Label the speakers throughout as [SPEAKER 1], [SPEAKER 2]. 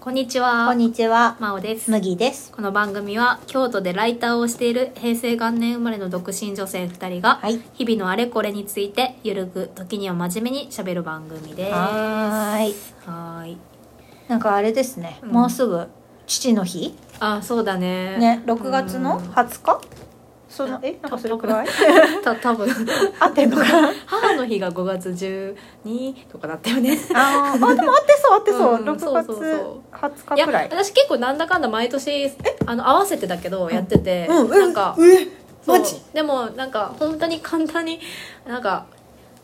[SPEAKER 1] こんにちは。
[SPEAKER 2] こんにちは、
[SPEAKER 1] まおです。
[SPEAKER 2] 麦です。
[SPEAKER 1] この番組は京都でライターをしている平成元年生まれの独身女性2人が
[SPEAKER 2] はい
[SPEAKER 1] 日々のあれこれについてゆるく時には真面目に喋る番組です。
[SPEAKER 2] はーい。
[SPEAKER 1] はーい。
[SPEAKER 2] なんかあれですね、
[SPEAKER 1] うん
[SPEAKER 2] もうすぐ父の日
[SPEAKER 1] あ、そうだね。
[SPEAKER 2] ね、6月の
[SPEAKER 1] うん
[SPEAKER 2] 20日その、え、なんかそれくらい
[SPEAKER 1] た多分
[SPEAKER 2] 合ってんの かな
[SPEAKER 1] 母の日が5月12とかだったよね。
[SPEAKER 2] あー、まあでも合ってそう合ってそう。
[SPEAKER 1] うん
[SPEAKER 2] 6
[SPEAKER 1] そうそう
[SPEAKER 2] 月20
[SPEAKER 1] いや
[SPEAKER 2] 日くらい。
[SPEAKER 1] 私結構なんだかんだ毎年あの合わせてだけどやってて、
[SPEAKER 2] うん、
[SPEAKER 1] なんか、
[SPEAKER 2] うんえ、
[SPEAKER 1] そう
[SPEAKER 2] マジ
[SPEAKER 1] でもなんか本当に簡単になんか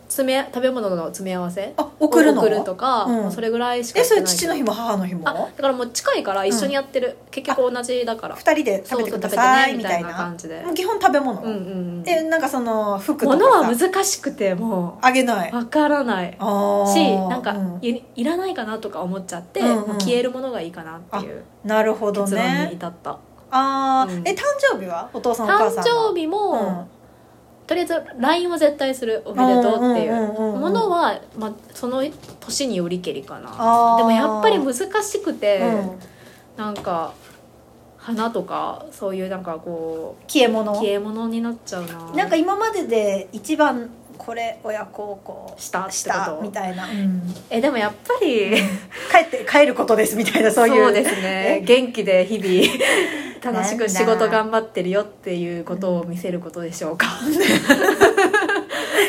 [SPEAKER 1] 詰め食べ物の詰め合わせ
[SPEAKER 2] あ、送るの
[SPEAKER 1] 送るとか、
[SPEAKER 2] うん
[SPEAKER 1] もうそれぐらいしか
[SPEAKER 2] え、それ
[SPEAKER 1] やって
[SPEAKER 2] 父
[SPEAKER 1] ない
[SPEAKER 2] の日も母の日
[SPEAKER 1] あ
[SPEAKER 2] も
[SPEAKER 1] だからもう近いから一緒にやってる、結局同じだから
[SPEAKER 2] 二人で食べてくださいみたいな
[SPEAKER 1] 感。じで
[SPEAKER 2] もう基本食べ
[SPEAKER 1] うんう
[SPEAKER 2] 物。
[SPEAKER 1] ん
[SPEAKER 2] え、なんかその、服と
[SPEAKER 1] も
[SPEAKER 2] か
[SPEAKER 1] のは
[SPEAKER 2] さ、
[SPEAKER 1] 難しくても。
[SPEAKER 2] あげないう
[SPEAKER 1] わからない
[SPEAKER 2] あー
[SPEAKER 1] しなんか、
[SPEAKER 2] う
[SPEAKER 1] いいらないかなとか思っちゃって、
[SPEAKER 2] うんうん
[SPEAKER 1] もう消えるものがいいかなっていう
[SPEAKER 2] なるほど
[SPEAKER 1] 結論に
[SPEAKER 2] ね。
[SPEAKER 1] 至った、
[SPEAKER 2] あー
[SPEAKER 1] うん
[SPEAKER 2] え、誕生日はお父さんお母
[SPEAKER 1] 誕
[SPEAKER 2] さんの。
[SPEAKER 1] 生日も、とりあえず LINE は絶対するお
[SPEAKER 2] お
[SPEAKER 1] めでとうっていうも
[SPEAKER 2] も
[SPEAKER 1] のは、まあ、その年によりけりかな
[SPEAKER 2] あー
[SPEAKER 1] でもやっぱり難しくて、
[SPEAKER 2] うん、
[SPEAKER 1] なんか花とかそういうなんかこう
[SPEAKER 2] 消え物
[SPEAKER 1] 消え物になっちゃうな
[SPEAKER 2] なんか今までで一番これ親孝行
[SPEAKER 1] したっ
[SPEAKER 2] して
[SPEAKER 1] こ
[SPEAKER 2] た
[SPEAKER 1] と
[SPEAKER 2] みたいな、
[SPEAKER 1] えでもやっぱり
[SPEAKER 2] 帰って帰ることですみたいなそういう
[SPEAKER 1] ですね元気で日 々楽しく仕事頑張ってるよっていうことを見せることでしょうか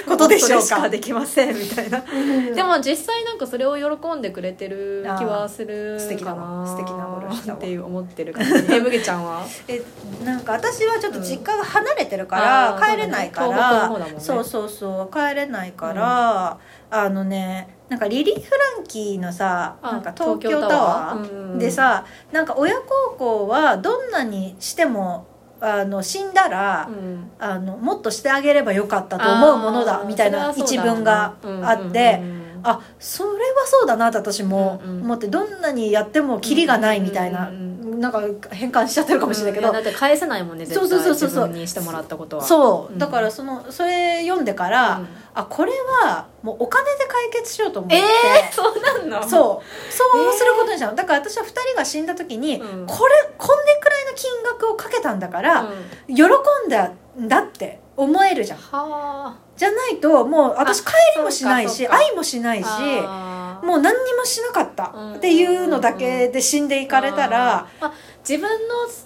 [SPEAKER 2] ことで しょう
[SPEAKER 1] それ
[SPEAKER 2] か
[SPEAKER 1] かできませんみたいな
[SPEAKER 2] うん
[SPEAKER 1] でも実際なんかそれを喜んでくれてる気はする
[SPEAKER 2] あー素敵だ
[SPEAKER 1] か
[SPEAKER 2] わ
[SPEAKER 1] な
[SPEAKER 2] 素敵なゴルフだわ
[SPEAKER 1] っていう思ってる感じえむぎちゃんは
[SPEAKER 2] えなんか私はちょっと実家が離れてるから、
[SPEAKER 1] うん
[SPEAKER 2] 帰れないか
[SPEAKER 1] あー
[SPEAKER 2] ら
[SPEAKER 1] そうだね東北の方だもんね
[SPEAKER 2] そうそうそう帰れないから、あのねなんかリリー・フランキーのさ
[SPEAKER 1] あ
[SPEAKER 2] なんか東京タワ
[SPEAKER 1] 東京タワーうんうんう
[SPEAKER 2] ー
[SPEAKER 1] ん
[SPEAKER 2] でさなんか親孝行はどんなにしてもあの死んだら、
[SPEAKER 1] うん
[SPEAKER 2] あのもっとしてあげればよかったと思うものだみたいな一文があって。あそれはそうだなって私も
[SPEAKER 1] うんうん
[SPEAKER 2] 思ってどんなにやってもキリがないみたいな
[SPEAKER 1] うんうん
[SPEAKER 2] なんか変換しちゃってるか
[SPEAKER 1] か
[SPEAKER 2] もしれないけど
[SPEAKER 1] だって返せないもんね絶
[SPEAKER 2] そう
[SPEAKER 1] 対
[SPEAKER 2] そうそうそう
[SPEAKER 1] 自分にしてもらったことはう
[SPEAKER 2] そう、
[SPEAKER 1] ん
[SPEAKER 2] だからそのそれ読んでから、
[SPEAKER 1] ん
[SPEAKER 2] あこれはもうお金で解決しようと思って、
[SPEAKER 1] ええそうなんの
[SPEAKER 2] そうそうすることにしたの、だから私は2人が死んだ時に、
[SPEAKER 1] うん
[SPEAKER 2] これこんでくらいの金額をかけたんだから、
[SPEAKER 1] うん
[SPEAKER 2] 喜んだんだって思えるじゃん
[SPEAKER 1] は
[SPEAKER 2] じゃないともう私帰りもしない
[SPEAKER 1] そう
[SPEAKER 2] し
[SPEAKER 1] かそうか
[SPEAKER 2] 愛もしないし
[SPEAKER 1] あー
[SPEAKER 2] もう何にもしなかった
[SPEAKER 1] うん
[SPEAKER 2] っていうのだけで死んでいかれたら、
[SPEAKER 1] あーまあ自分の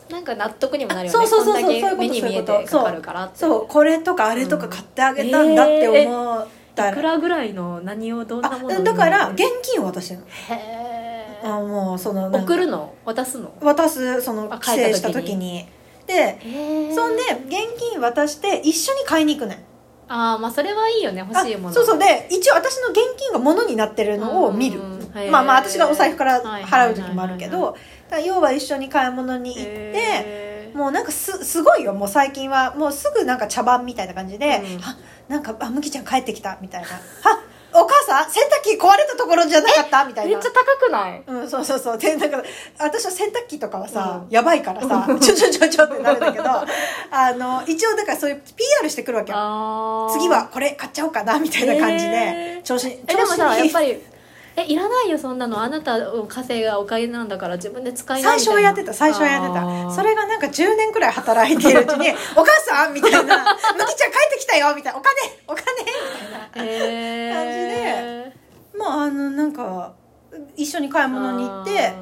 [SPEAKER 1] なんか納得にもなるよね
[SPEAKER 2] あそうそうそうそう
[SPEAKER 1] こんだけ
[SPEAKER 2] そうい
[SPEAKER 1] 目に見え
[SPEAKER 2] うことそういう
[SPEAKER 1] て
[SPEAKER 2] こと
[SPEAKER 1] かかるからって
[SPEAKER 2] そうこれとかあれとか買ってあげたんだって思った
[SPEAKER 1] いく
[SPEAKER 2] ら、
[SPEAKER 1] らぐらいの何をどんなもの
[SPEAKER 2] あ
[SPEAKER 1] を
[SPEAKER 2] だから現金を渡してるの
[SPEAKER 1] へー
[SPEAKER 2] あもうそのなんか
[SPEAKER 1] 送るの渡すの
[SPEAKER 2] 渡すその
[SPEAKER 1] あ
[SPEAKER 2] 帰
[SPEAKER 1] 帰っ
[SPEAKER 2] 省
[SPEAKER 1] た時に
[SPEAKER 2] した時にで
[SPEAKER 1] へー
[SPEAKER 2] そんで現金渡して一緒に買いに行くね
[SPEAKER 1] ああまあそれはいいよね欲しいもの
[SPEAKER 2] そうそうで一応私の現金が物になってるのを見る
[SPEAKER 1] うんへー
[SPEAKER 2] まあまあ私がお財布から払う時もあるけ
[SPEAKER 1] はいは
[SPEAKER 2] どだから要は一緒に買い物に行って
[SPEAKER 1] へー
[SPEAKER 2] もうなんかすすごいよもう最近はもうすぐなんか茶番みたいな感じで、
[SPEAKER 1] うん
[SPEAKER 2] あなんかあむきちゃん帰ってきたみたいなあお母さん洗濯機壊れたところじゃなかったみたい
[SPEAKER 1] め
[SPEAKER 2] な
[SPEAKER 1] っちゃ高くない
[SPEAKER 2] うん、そうそうそうでなんか私は洗濯機とかはさ、
[SPEAKER 1] う
[SPEAKER 2] やばいからさちょちょちょちょってなるんだけど あの一応だからそういう PR してくるわけよ
[SPEAKER 1] あー
[SPEAKER 2] 次はこれ買っちゃおうかなみたいな感じで、
[SPEAKER 1] へー
[SPEAKER 2] 調子調子
[SPEAKER 1] えでもさ
[SPEAKER 2] に
[SPEAKER 1] やっぱりえいらないよそんなのあなたの稼いがお金なんだから自分で使いな
[SPEAKER 2] 最
[SPEAKER 1] みたいな
[SPEAKER 2] 初はやってた最初はやって
[SPEAKER 1] あ
[SPEAKER 2] た
[SPEAKER 1] ー
[SPEAKER 2] それがなんか10年くらい働いているうちに「お母さん!」みたい な「むきちゃん帰ってきたよ!」みたいな「お金お金!」みたいな
[SPEAKER 1] へー
[SPEAKER 2] まああのなんか一緒に買い物に行って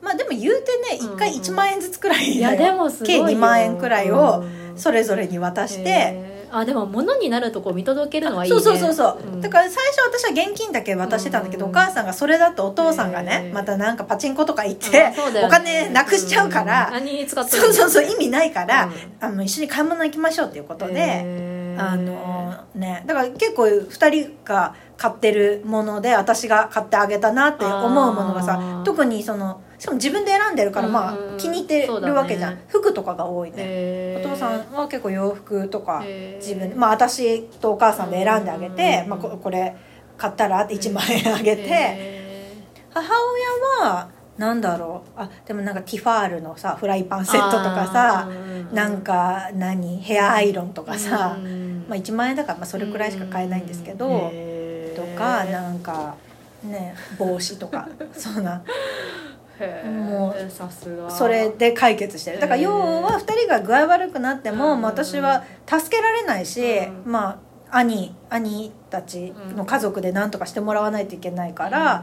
[SPEAKER 2] まあでも言うてね
[SPEAKER 1] うんうん
[SPEAKER 2] 1回1万円ずつくらい
[SPEAKER 1] あーいやでもすごい
[SPEAKER 2] 計
[SPEAKER 1] よ
[SPEAKER 2] 2万円くらいを
[SPEAKER 1] うん
[SPEAKER 2] それぞれに渡して
[SPEAKER 1] へーあでも物になるとこ見届けるのはいい
[SPEAKER 2] そ
[SPEAKER 1] ね
[SPEAKER 2] うそうそうそう、
[SPEAKER 1] ん
[SPEAKER 2] だから最初私は現金だけ渡してたんだけど、
[SPEAKER 1] うん
[SPEAKER 2] お母さんがそれだとお父さんがね
[SPEAKER 1] へー
[SPEAKER 2] またなんかパチンコとか行っ
[SPEAKER 1] う
[SPEAKER 2] て
[SPEAKER 1] んそうだよね
[SPEAKER 2] お金なくしちゃうから
[SPEAKER 1] ん何に使ってる
[SPEAKER 2] そうそう
[SPEAKER 1] う
[SPEAKER 2] そう意味ないから、
[SPEAKER 1] うん
[SPEAKER 2] あの一緒に買い物行きましょうっていうことで、
[SPEAKER 1] で
[SPEAKER 2] あのねだから結構2人が買ってるもので私が買ってあげたなって思うものが
[SPEAKER 1] あ
[SPEAKER 2] さ
[SPEAKER 1] ー
[SPEAKER 2] 特にそのしかも自分で選んでるからまあ
[SPEAKER 1] うんうん
[SPEAKER 2] 気に入って
[SPEAKER 1] そう
[SPEAKER 2] る
[SPEAKER 1] だね
[SPEAKER 2] わけじゃん、服とかが多いね、
[SPEAKER 1] お
[SPEAKER 2] お父さんは結構洋服とか自分で
[SPEAKER 1] ま
[SPEAKER 2] まあ私とお母さんで選んであげて、
[SPEAKER 1] うん
[SPEAKER 2] まあ、ここれ買ったらって1万円あげて、母親はなんだろうあでもなんかティファールのさフライパンセットとかさなんか何ヘアアイロンとかさ、まあ、1万円だからまあそれくらいしか買えないんですけど、 とかなんかね帽子とかそんな
[SPEAKER 1] へえ
[SPEAKER 2] もう
[SPEAKER 1] さすが
[SPEAKER 2] それで解決してるだか
[SPEAKER 1] へ
[SPEAKER 2] ら
[SPEAKER 1] ー
[SPEAKER 2] 要は2人が具合悪くなっても、
[SPEAKER 1] うん
[SPEAKER 2] まあ私は助けられないし、
[SPEAKER 1] う
[SPEAKER 2] まあ兄兄たちの家族で何とかしてもらわないといけないから、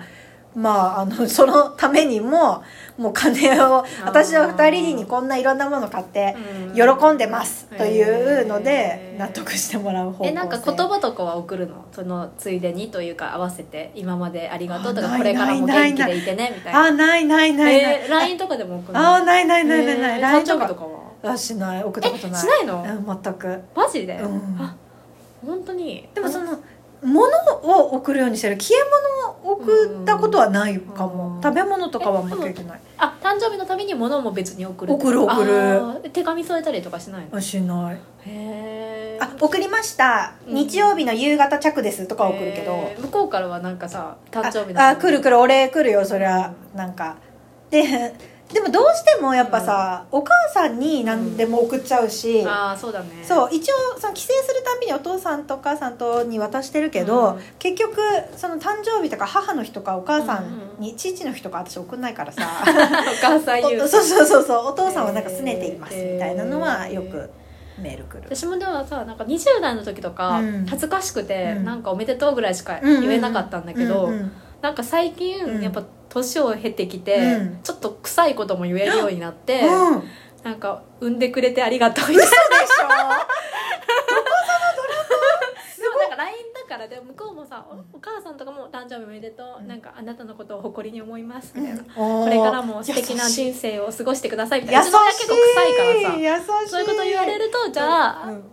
[SPEAKER 2] まああのそのためにももう金を私は2人にこんないろんなもの買って
[SPEAKER 1] うん
[SPEAKER 2] 喜んでますというの
[SPEAKER 1] へ
[SPEAKER 2] で
[SPEAKER 1] ー
[SPEAKER 2] 納得してもらう方向
[SPEAKER 1] え
[SPEAKER 2] 性
[SPEAKER 1] なんか言葉とかは送るのそのついでにというか合わせて今までありがとうと
[SPEAKER 2] あ
[SPEAKER 1] か
[SPEAKER 2] ない
[SPEAKER 1] これからも
[SPEAKER 2] ない
[SPEAKER 1] 元気
[SPEAKER 2] ない
[SPEAKER 1] でいてねみたいな
[SPEAKER 2] あないないないない、
[SPEAKER 1] えー LINE とかでも送るの
[SPEAKER 2] あないないないないない
[SPEAKER 1] えー
[SPEAKER 2] LINE
[SPEAKER 1] 誕
[SPEAKER 2] と
[SPEAKER 1] 生日と
[SPEAKER 2] か
[SPEAKER 1] かは
[SPEAKER 2] あしない送った
[SPEAKER 1] え
[SPEAKER 2] ことない
[SPEAKER 1] しないの
[SPEAKER 2] うん全く
[SPEAKER 1] マジで
[SPEAKER 2] うん
[SPEAKER 1] あ本当に
[SPEAKER 2] でもその物を送るようにしてる消え物を送ったことはないかも、
[SPEAKER 1] うん
[SPEAKER 2] 食べ物とかは全くいけない
[SPEAKER 1] あ誕生日のために物も別に送る
[SPEAKER 2] 送る送る
[SPEAKER 1] あー手紙添えたりとかしないの
[SPEAKER 2] あしない
[SPEAKER 1] へえ
[SPEAKER 2] あ送りました、
[SPEAKER 1] うん
[SPEAKER 2] 日曜日の夕方着ですとかは送るけど、
[SPEAKER 1] 向こうからはなんかさ誕生日
[SPEAKER 2] ああ来る来
[SPEAKER 1] る
[SPEAKER 2] る俺来るよそりゃなんかででもどうしてもやっぱさ、お母さんに何でも送っちゃうし、
[SPEAKER 1] ああそうだね
[SPEAKER 2] そう一応その帰省するたんびにお父さんとお母さんとに渡してるけ
[SPEAKER 1] う
[SPEAKER 2] ど、
[SPEAKER 1] ん
[SPEAKER 2] 結局その誕生日とか母の日とかお母さんに、父の日とか私送んないからさ
[SPEAKER 1] お母さん言う
[SPEAKER 2] おそうそうそうそうお父さんはなんか拗ねていますみたいなのは
[SPEAKER 1] へー
[SPEAKER 2] よくメール来る、
[SPEAKER 1] 私もでもさなんか20代の時とか
[SPEAKER 2] うん
[SPEAKER 1] 恥ずかしくて、
[SPEAKER 2] うん
[SPEAKER 1] なんか「おめでとう」ぐらいしか
[SPEAKER 2] うんうん
[SPEAKER 1] 言えなかったんだけど、
[SPEAKER 2] うんうん
[SPEAKER 1] なんか最近、
[SPEAKER 2] うん
[SPEAKER 1] やっぱ年を経てきて、
[SPEAKER 2] うん
[SPEAKER 1] ちょっと臭いことも言えるようになって、
[SPEAKER 2] うん
[SPEAKER 1] なんか「産んでくれてありがとう」みた いな
[SPEAKER 2] 嘘でしょ
[SPEAKER 1] でもなんか LINE だからでも向こうもさおお母さんとかも「誕生日おめでとう」
[SPEAKER 2] うん
[SPEAKER 1] なんかあなたのことを誇りに思います」みたいな、
[SPEAKER 2] こ
[SPEAKER 1] これからも素敵な
[SPEAKER 2] 優し
[SPEAKER 1] 人
[SPEAKER 2] い
[SPEAKER 1] 生を過ごしてください」みたい
[SPEAKER 2] 優
[SPEAKER 1] な
[SPEAKER 2] し
[SPEAKER 1] う
[SPEAKER 2] い
[SPEAKER 1] ちの親結構臭いからさ
[SPEAKER 2] 優しい
[SPEAKER 1] そういうこと言われるとじゃあ、
[SPEAKER 2] うん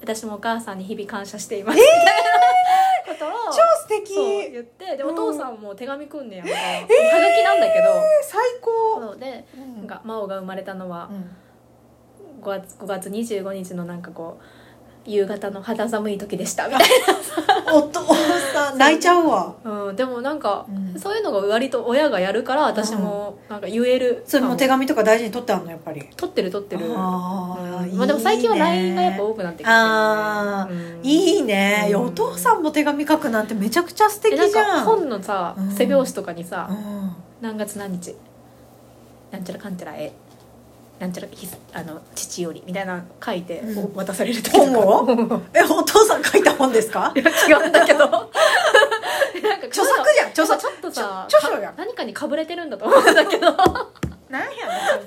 [SPEAKER 1] 私もお母さんに日々感謝していますみたいなことを
[SPEAKER 2] 超素敵
[SPEAKER 1] そう言ってでお父さんも手紙くんねやんか、はがきなんだけ
[SPEAKER 2] 最
[SPEAKER 1] ど、
[SPEAKER 2] 高、
[SPEAKER 1] そうで
[SPEAKER 2] うん
[SPEAKER 1] なんか真央が生まれたのは
[SPEAKER 2] うん
[SPEAKER 1] 5月 ,5 月25日のなんかこう夕方の肌寒い時でしたみたい
[SPEAKER 2] お父さん泣いちゃうわ
[SPEAKER 1] な、うん、でもなんか、
[SPEAKER 2] うん
[SPEAKER 1] そういうのが割と親がやるから私もなんか言える
[SPEAKER 2] それも手
[SPEAKER 1] 紙
[SPEAKER 2] 紙とか大事に取ってあるのやっぱり
[SPEAKER 1] 取ってる取ってる
[SPEAKER 2] あ
[SPEAKER 1] うんまあ、でも最近は LINE がやっぱ
[SPEAKER 2] 多
[SPEAKER 1] 多くなってきて、
[SPEAKER 2] あ
[SPEAKER 1] うん
[SPEAKER 2] いいねいや
[SPEAKER 1] うん
[SPEAKER 2] お父さんも手紙書くなんてめちゃくちゃ素
[SPEAKER 1] え
[SPEAKER 2] 敵
[SPEAKER 1] なん
[SPEAKER 2] じゃ
[SPEAKER 1] か
[SPEAKER 2] ん
[SPEAKER 1] 本のさ
[SPEAKER 2] うん
[SPEAKER 1] 背表紙とかにさ、
[SPEAKER 2] うん
[SPEAKER 1] 何月何日なんちゃらかんちゃらえなんちゃらひあの父よりみたいなの書いて、
[SPEAKER 2] うん
[SPEAKER 1] 渡される時
[SPEAKER 2] 本
[SPEAKER 1] とか
[SPEAKER 2] をえお父さん書いた本ですか
[SPEAKER 1] いや違うんだけどなんか
[SPEAKER 2] 著作じゃん著作
[SPEAKER 1] ちょっとさ
[SPEAKER 2] 著著書やん
[SPEAKER 1] か何かにかぶれてるんだと思うんだけどあ
[SPEAKER 2] なん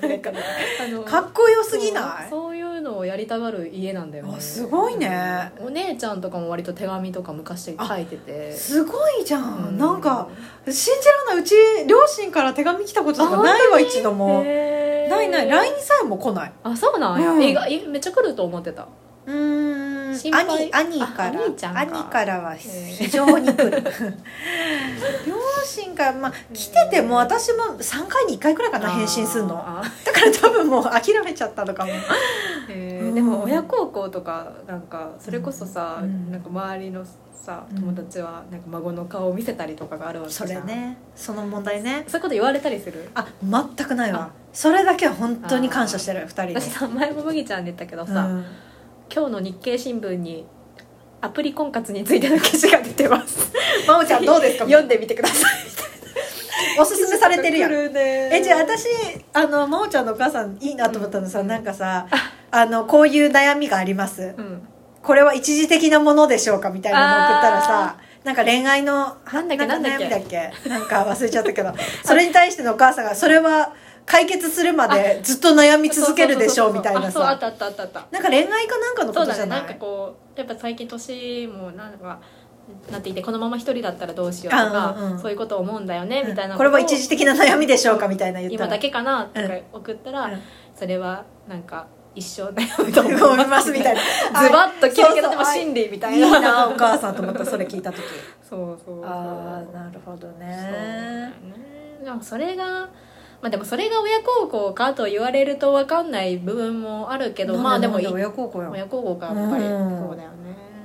[SPEAKER 2] やねん
[SPEAKER 1] の
[SPEAKER 2] かっこよすぎな
[SPEAKER 1] そう
[SPEAKER 2] い
[SPEAKER 1] そういうのをやりたがる家なんだよね
[SPEAKER 2] あすごいね
[SPEAKER 1] お姉ちゃんとかも割と手紙とか昔書いてて
[SPEAKER 2] すごいじゃ
[SPEAKER 1] うん
[SPEAKER 2] なんか信じられないうち両親から手紙来たこととかないわ一度も
[SPEAKER 1] へー
[SPEAKER 2] ないない LINE さえも来ない
[SPEAKER 1] あそうなんや、
[SPEAKER 2] うん
[SPEAKER 1] 意外めっちゃ来ると思ってた
[SPEAKER 2] うーん
[SPEAKER 1] 心配
[SPEAKER 2] 兄兄から
[SPEAKER 1] あ兄ちゃんか
[SPEAKER 2] からは非常に 来る両親が、まあ、来てても私も3回に1回くらいかな返信するの
[SPEAKER 1] あー
[SPEAKER 2] だから多分もう諦めちゃったのかも
[SPEAKER 1] へ
[SPEAKER 2] う
[SPEAKER 1] ー
[SPEAKER 2] ん
[SPEAKER 1] でも親孝行とかなんかそれこそさ、
[SPEAKER 2] うん
[SPEAKER 1] なんか周りのさ
[SPEAKER 2] うん
[SPEAKER 1] 友達はなんか孫の顔を見せたりとかがあるわけじ
[SPEAKER 2] そ
[SPEAKER 1] ゃん
[SPEAKER 2] れねその問題ね
[SPEAKER 1] そういうこと言われたりする
[SPEAKER 2] あ全くない
[SPEAKER 1] あ
[SPEAKER 2] わそれだけは本当に感謝してる2人に
[SPEAKER 1] 私さ前も麦ちゃんで言ったけどさ、
[SPEAKER 2] うん
[SPEAKER 1] 今日の日経新聞にアプリ婚活についての記事が出てます
[SPEAKER 2] 真央ちゃんどうですか
[SPEAKER 1] 読んでみてください
[SPEAKER 2] おすすめされてるやん
[SPEAKER 1] 来ね
[SPEAKER 2] えじゃあ私あの真央ちゃんのお母さんいいなと思ったのさ、
[SPEAKER 1] うん
[SPEAKER 2] なんかさあのこういう悩みがあります
[SPEAKER 1] うん、
[SPEAKER 2] これは一時的なものでしょうかみたいなの送ったらさなんか恋愛の
[SPEAKER 1] なんだっけな
[SPEAKER 2] な
[SPEAKER 1] んん
[SPEAKER 2] か
[SPEAKER 1] だっ
[SPEAKER 2] 悩み
[SPEAKER 1] け
[SPEAKER 2] だっけなんか忘れち ゃったけどそれに対してのお母さんがそれは解決するまでずっと悩み続けるでしょうみたいな
[SPEAKER 1] そうそうそうそうあ
[SPEAKER 2] さ
[SPEAKER 1] そうあったあったあったあっ
[SPEAKER 2] なんか恋愛かなんかの
[SPEAKER 1] たそう
[SPEAKER 2] こと
[SPEAKER 1] だ
[SPEAKER 2] じゃ
[SPEAKER 1] ね
[SPEAKER 2] な
[SPEAKER 1] なんか
[SPEAKER 2] い
[SPEAKER 1] こうやっぱ最近年もなんかなんて言ってこのまま一人だったらどうしようと
[SPEAKER 2] あ
[SPEAKER 1] か、
[SPEAKER 2] うんうん
[SPEAKER 1] そういうことを思うんだよね、みたいな
[SPEAKER 2] うん
[SPEAKER 1] とを
[SPEAKER 2] これは一時的な悩みでしょうかみたいな言った
[SPEAKER 1] 今
[SPEAKER 2] ら
[SPEAKER 1] だけかなとか送ったら、
[SPEAKER 2] うん
[SPEAKER 1] それはなんか一生悩むと
[SPEAKER 2] 思
[SPEAKER 1] 思
[SPEAKER 2] い
[SPEAKER 1] い
[SPEAKER 2] ま
[SPEAKER 1] ますす
[SPEAKER 2] み
[SPEAKER 1] み
[SPEAKER 2] た
[SPEAKER 1] た
[SPEAKER 2] い
[SPEAKER 1] い
[SPEAKER 2] な
[SPEAKER 1] な
[SPEAKER 2] あ
[SPEAKER 1] ズバッと聞いて
[SPEAKER 2] そうそう
[SPEAKER 1] とでも真理みた
[SPEAKER 2] い
[SPEAKER 1] い
[SPEAKER 2] い
[SPEAKER 1] な
[SPEAKER 2] なお母さんと思ったそれ聞いた時
[SPEAKER 1] そう そうそう
[SPEAKER 2] ああなるほ
[SPEAKER 1] そ
[SPEAKER 2] ど
[SPEAKER 1] うだ
[SPEAKER 2] ね
[SPEAKER 1] ねでもそれがまあでもそれが親孝行かと言われると分かんない部分もあるけどまあでもい
[SPEAKER 2] なんだ親孝行よ
[SPEAKER 1] 親孝行かやっぱり
[SPEAKER 2] うん
[SPEAKER 1] そうだよね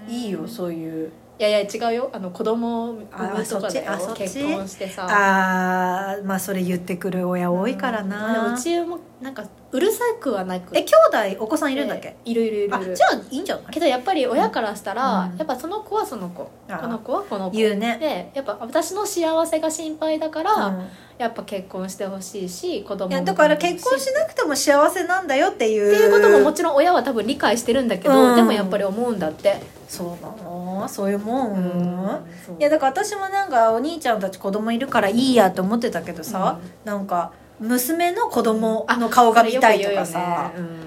[SPEAKER 2] いいよ
[SPEAKER 1] う
[SPEAKER 2] そういう
[SPEAKER 1] いやいや違うよあの子供を産
[SPEAKER 2] あ
[SPEAKER 1] むとかだ
[SPEAKER 2] そ
[SPEAKER 1] よ
[SPEAKER 2] っちあそっち
[SPEAKER 1] 結婚してさ
[SPEAKER 2] あーまあそれ言ってくる親多いからな、
[SPEAKER 1] うんでもうちもなんかうるさくはなく
[SPEAKER 2] え兄弟お子さんいるんだっけ、
[SPEAKER 1] いるいるいる
[SPEAKER 2] あ
[SPEAKER 1] い
[SPEAKER 2] じ
[SPEAKER 1] る
[SPEAKER 2] ゃあいいんじゃない
[SPEAKER 1] けどやっぱり親からしたら、
[SPEAKER 2] うん
[SPEAKER 1] やっぱその子はその子
[SPEAKER 2] あー
[SPEAKER 1] この子はこの子
[SPEAKER 2] 言うね
[SPEAKER 1] でやっぱ私の幸せが心配だから、
[SPEAKER 2] うん
[SPEAKER 1] やっぱ結婚してほしいし子供
[SPEAKER 2] い
[SPEAKER 1] も
[SPEAKER 2] やだから結婚しなくても幸せなんだよっていう
[SPEAKER 1] っていうことももちろん親は多分理解してるんだけど、
[SPEAKER 2] うん
[SPEAKER 1] でもやっぱり思うんだって、
[SPEAKER 2] そうなのそういうもん、
[SPEAKER 1] そう
[SPEAKER 2] いやだから私もなんかお兄ちゃんたち子供いるからいいやと思ってたけどさ、なんか娘の子供の顔が見たいとかさ、
[SPEAKER 1] それよく言うよね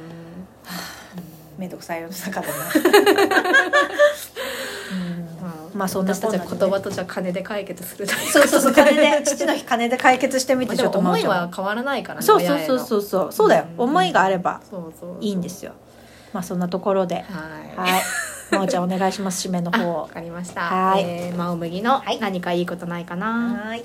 [SPEAKER 2] めんどくさい世の中だ な、
[SPEAKER 1] うん
[SPEAKER 2] うんまあそんな
[SPEAKER 1] 私たちは
[SPEAKER 2] こんな
[SPEAKER 1] 言
[SPEAKER 2] でね
[SPEAKER 1] 葉とじゃ金で解決する
[SPEAKER 2] そうそうそう
[SPEAKER 1] 金で
[SPEAKER 2] 金 で父の日金で解決してみて
[SPEAKER 1] で
[SPEAKER 2] ちょ
[SPEAKER 1] も
[SPEAKER 2] っと
[SPEAKER 1] 思い
[SPEAKER 2] まあ
[SPEAKER 1] は変わらないからね
[SPEAKER 2] そうそうそう
[SPEAKER 1] う
[SPEAKER 2] そうそうそうだよ
[SPEAKER 1] うん
[SPEAKER 2] 思いがあれば
[SPEAKER 1] そうそう
[SPEAKER 2] いいんですよまあそんなところで
[SPEAKER 1] はい
[SPEAKER 2] はいまおちゃんお願いします締めの
[SPEAKER 1] あ
[SPEAKER 2] 方
[SPEAKER 1] わかりました
[SPEAKER 2] はい
[SPEAKER 1] えー、真央麦の
[SPEAKER 2] はい
[SPEAKER 1] 何かいいことないかな、
[SPEAKER 2] はい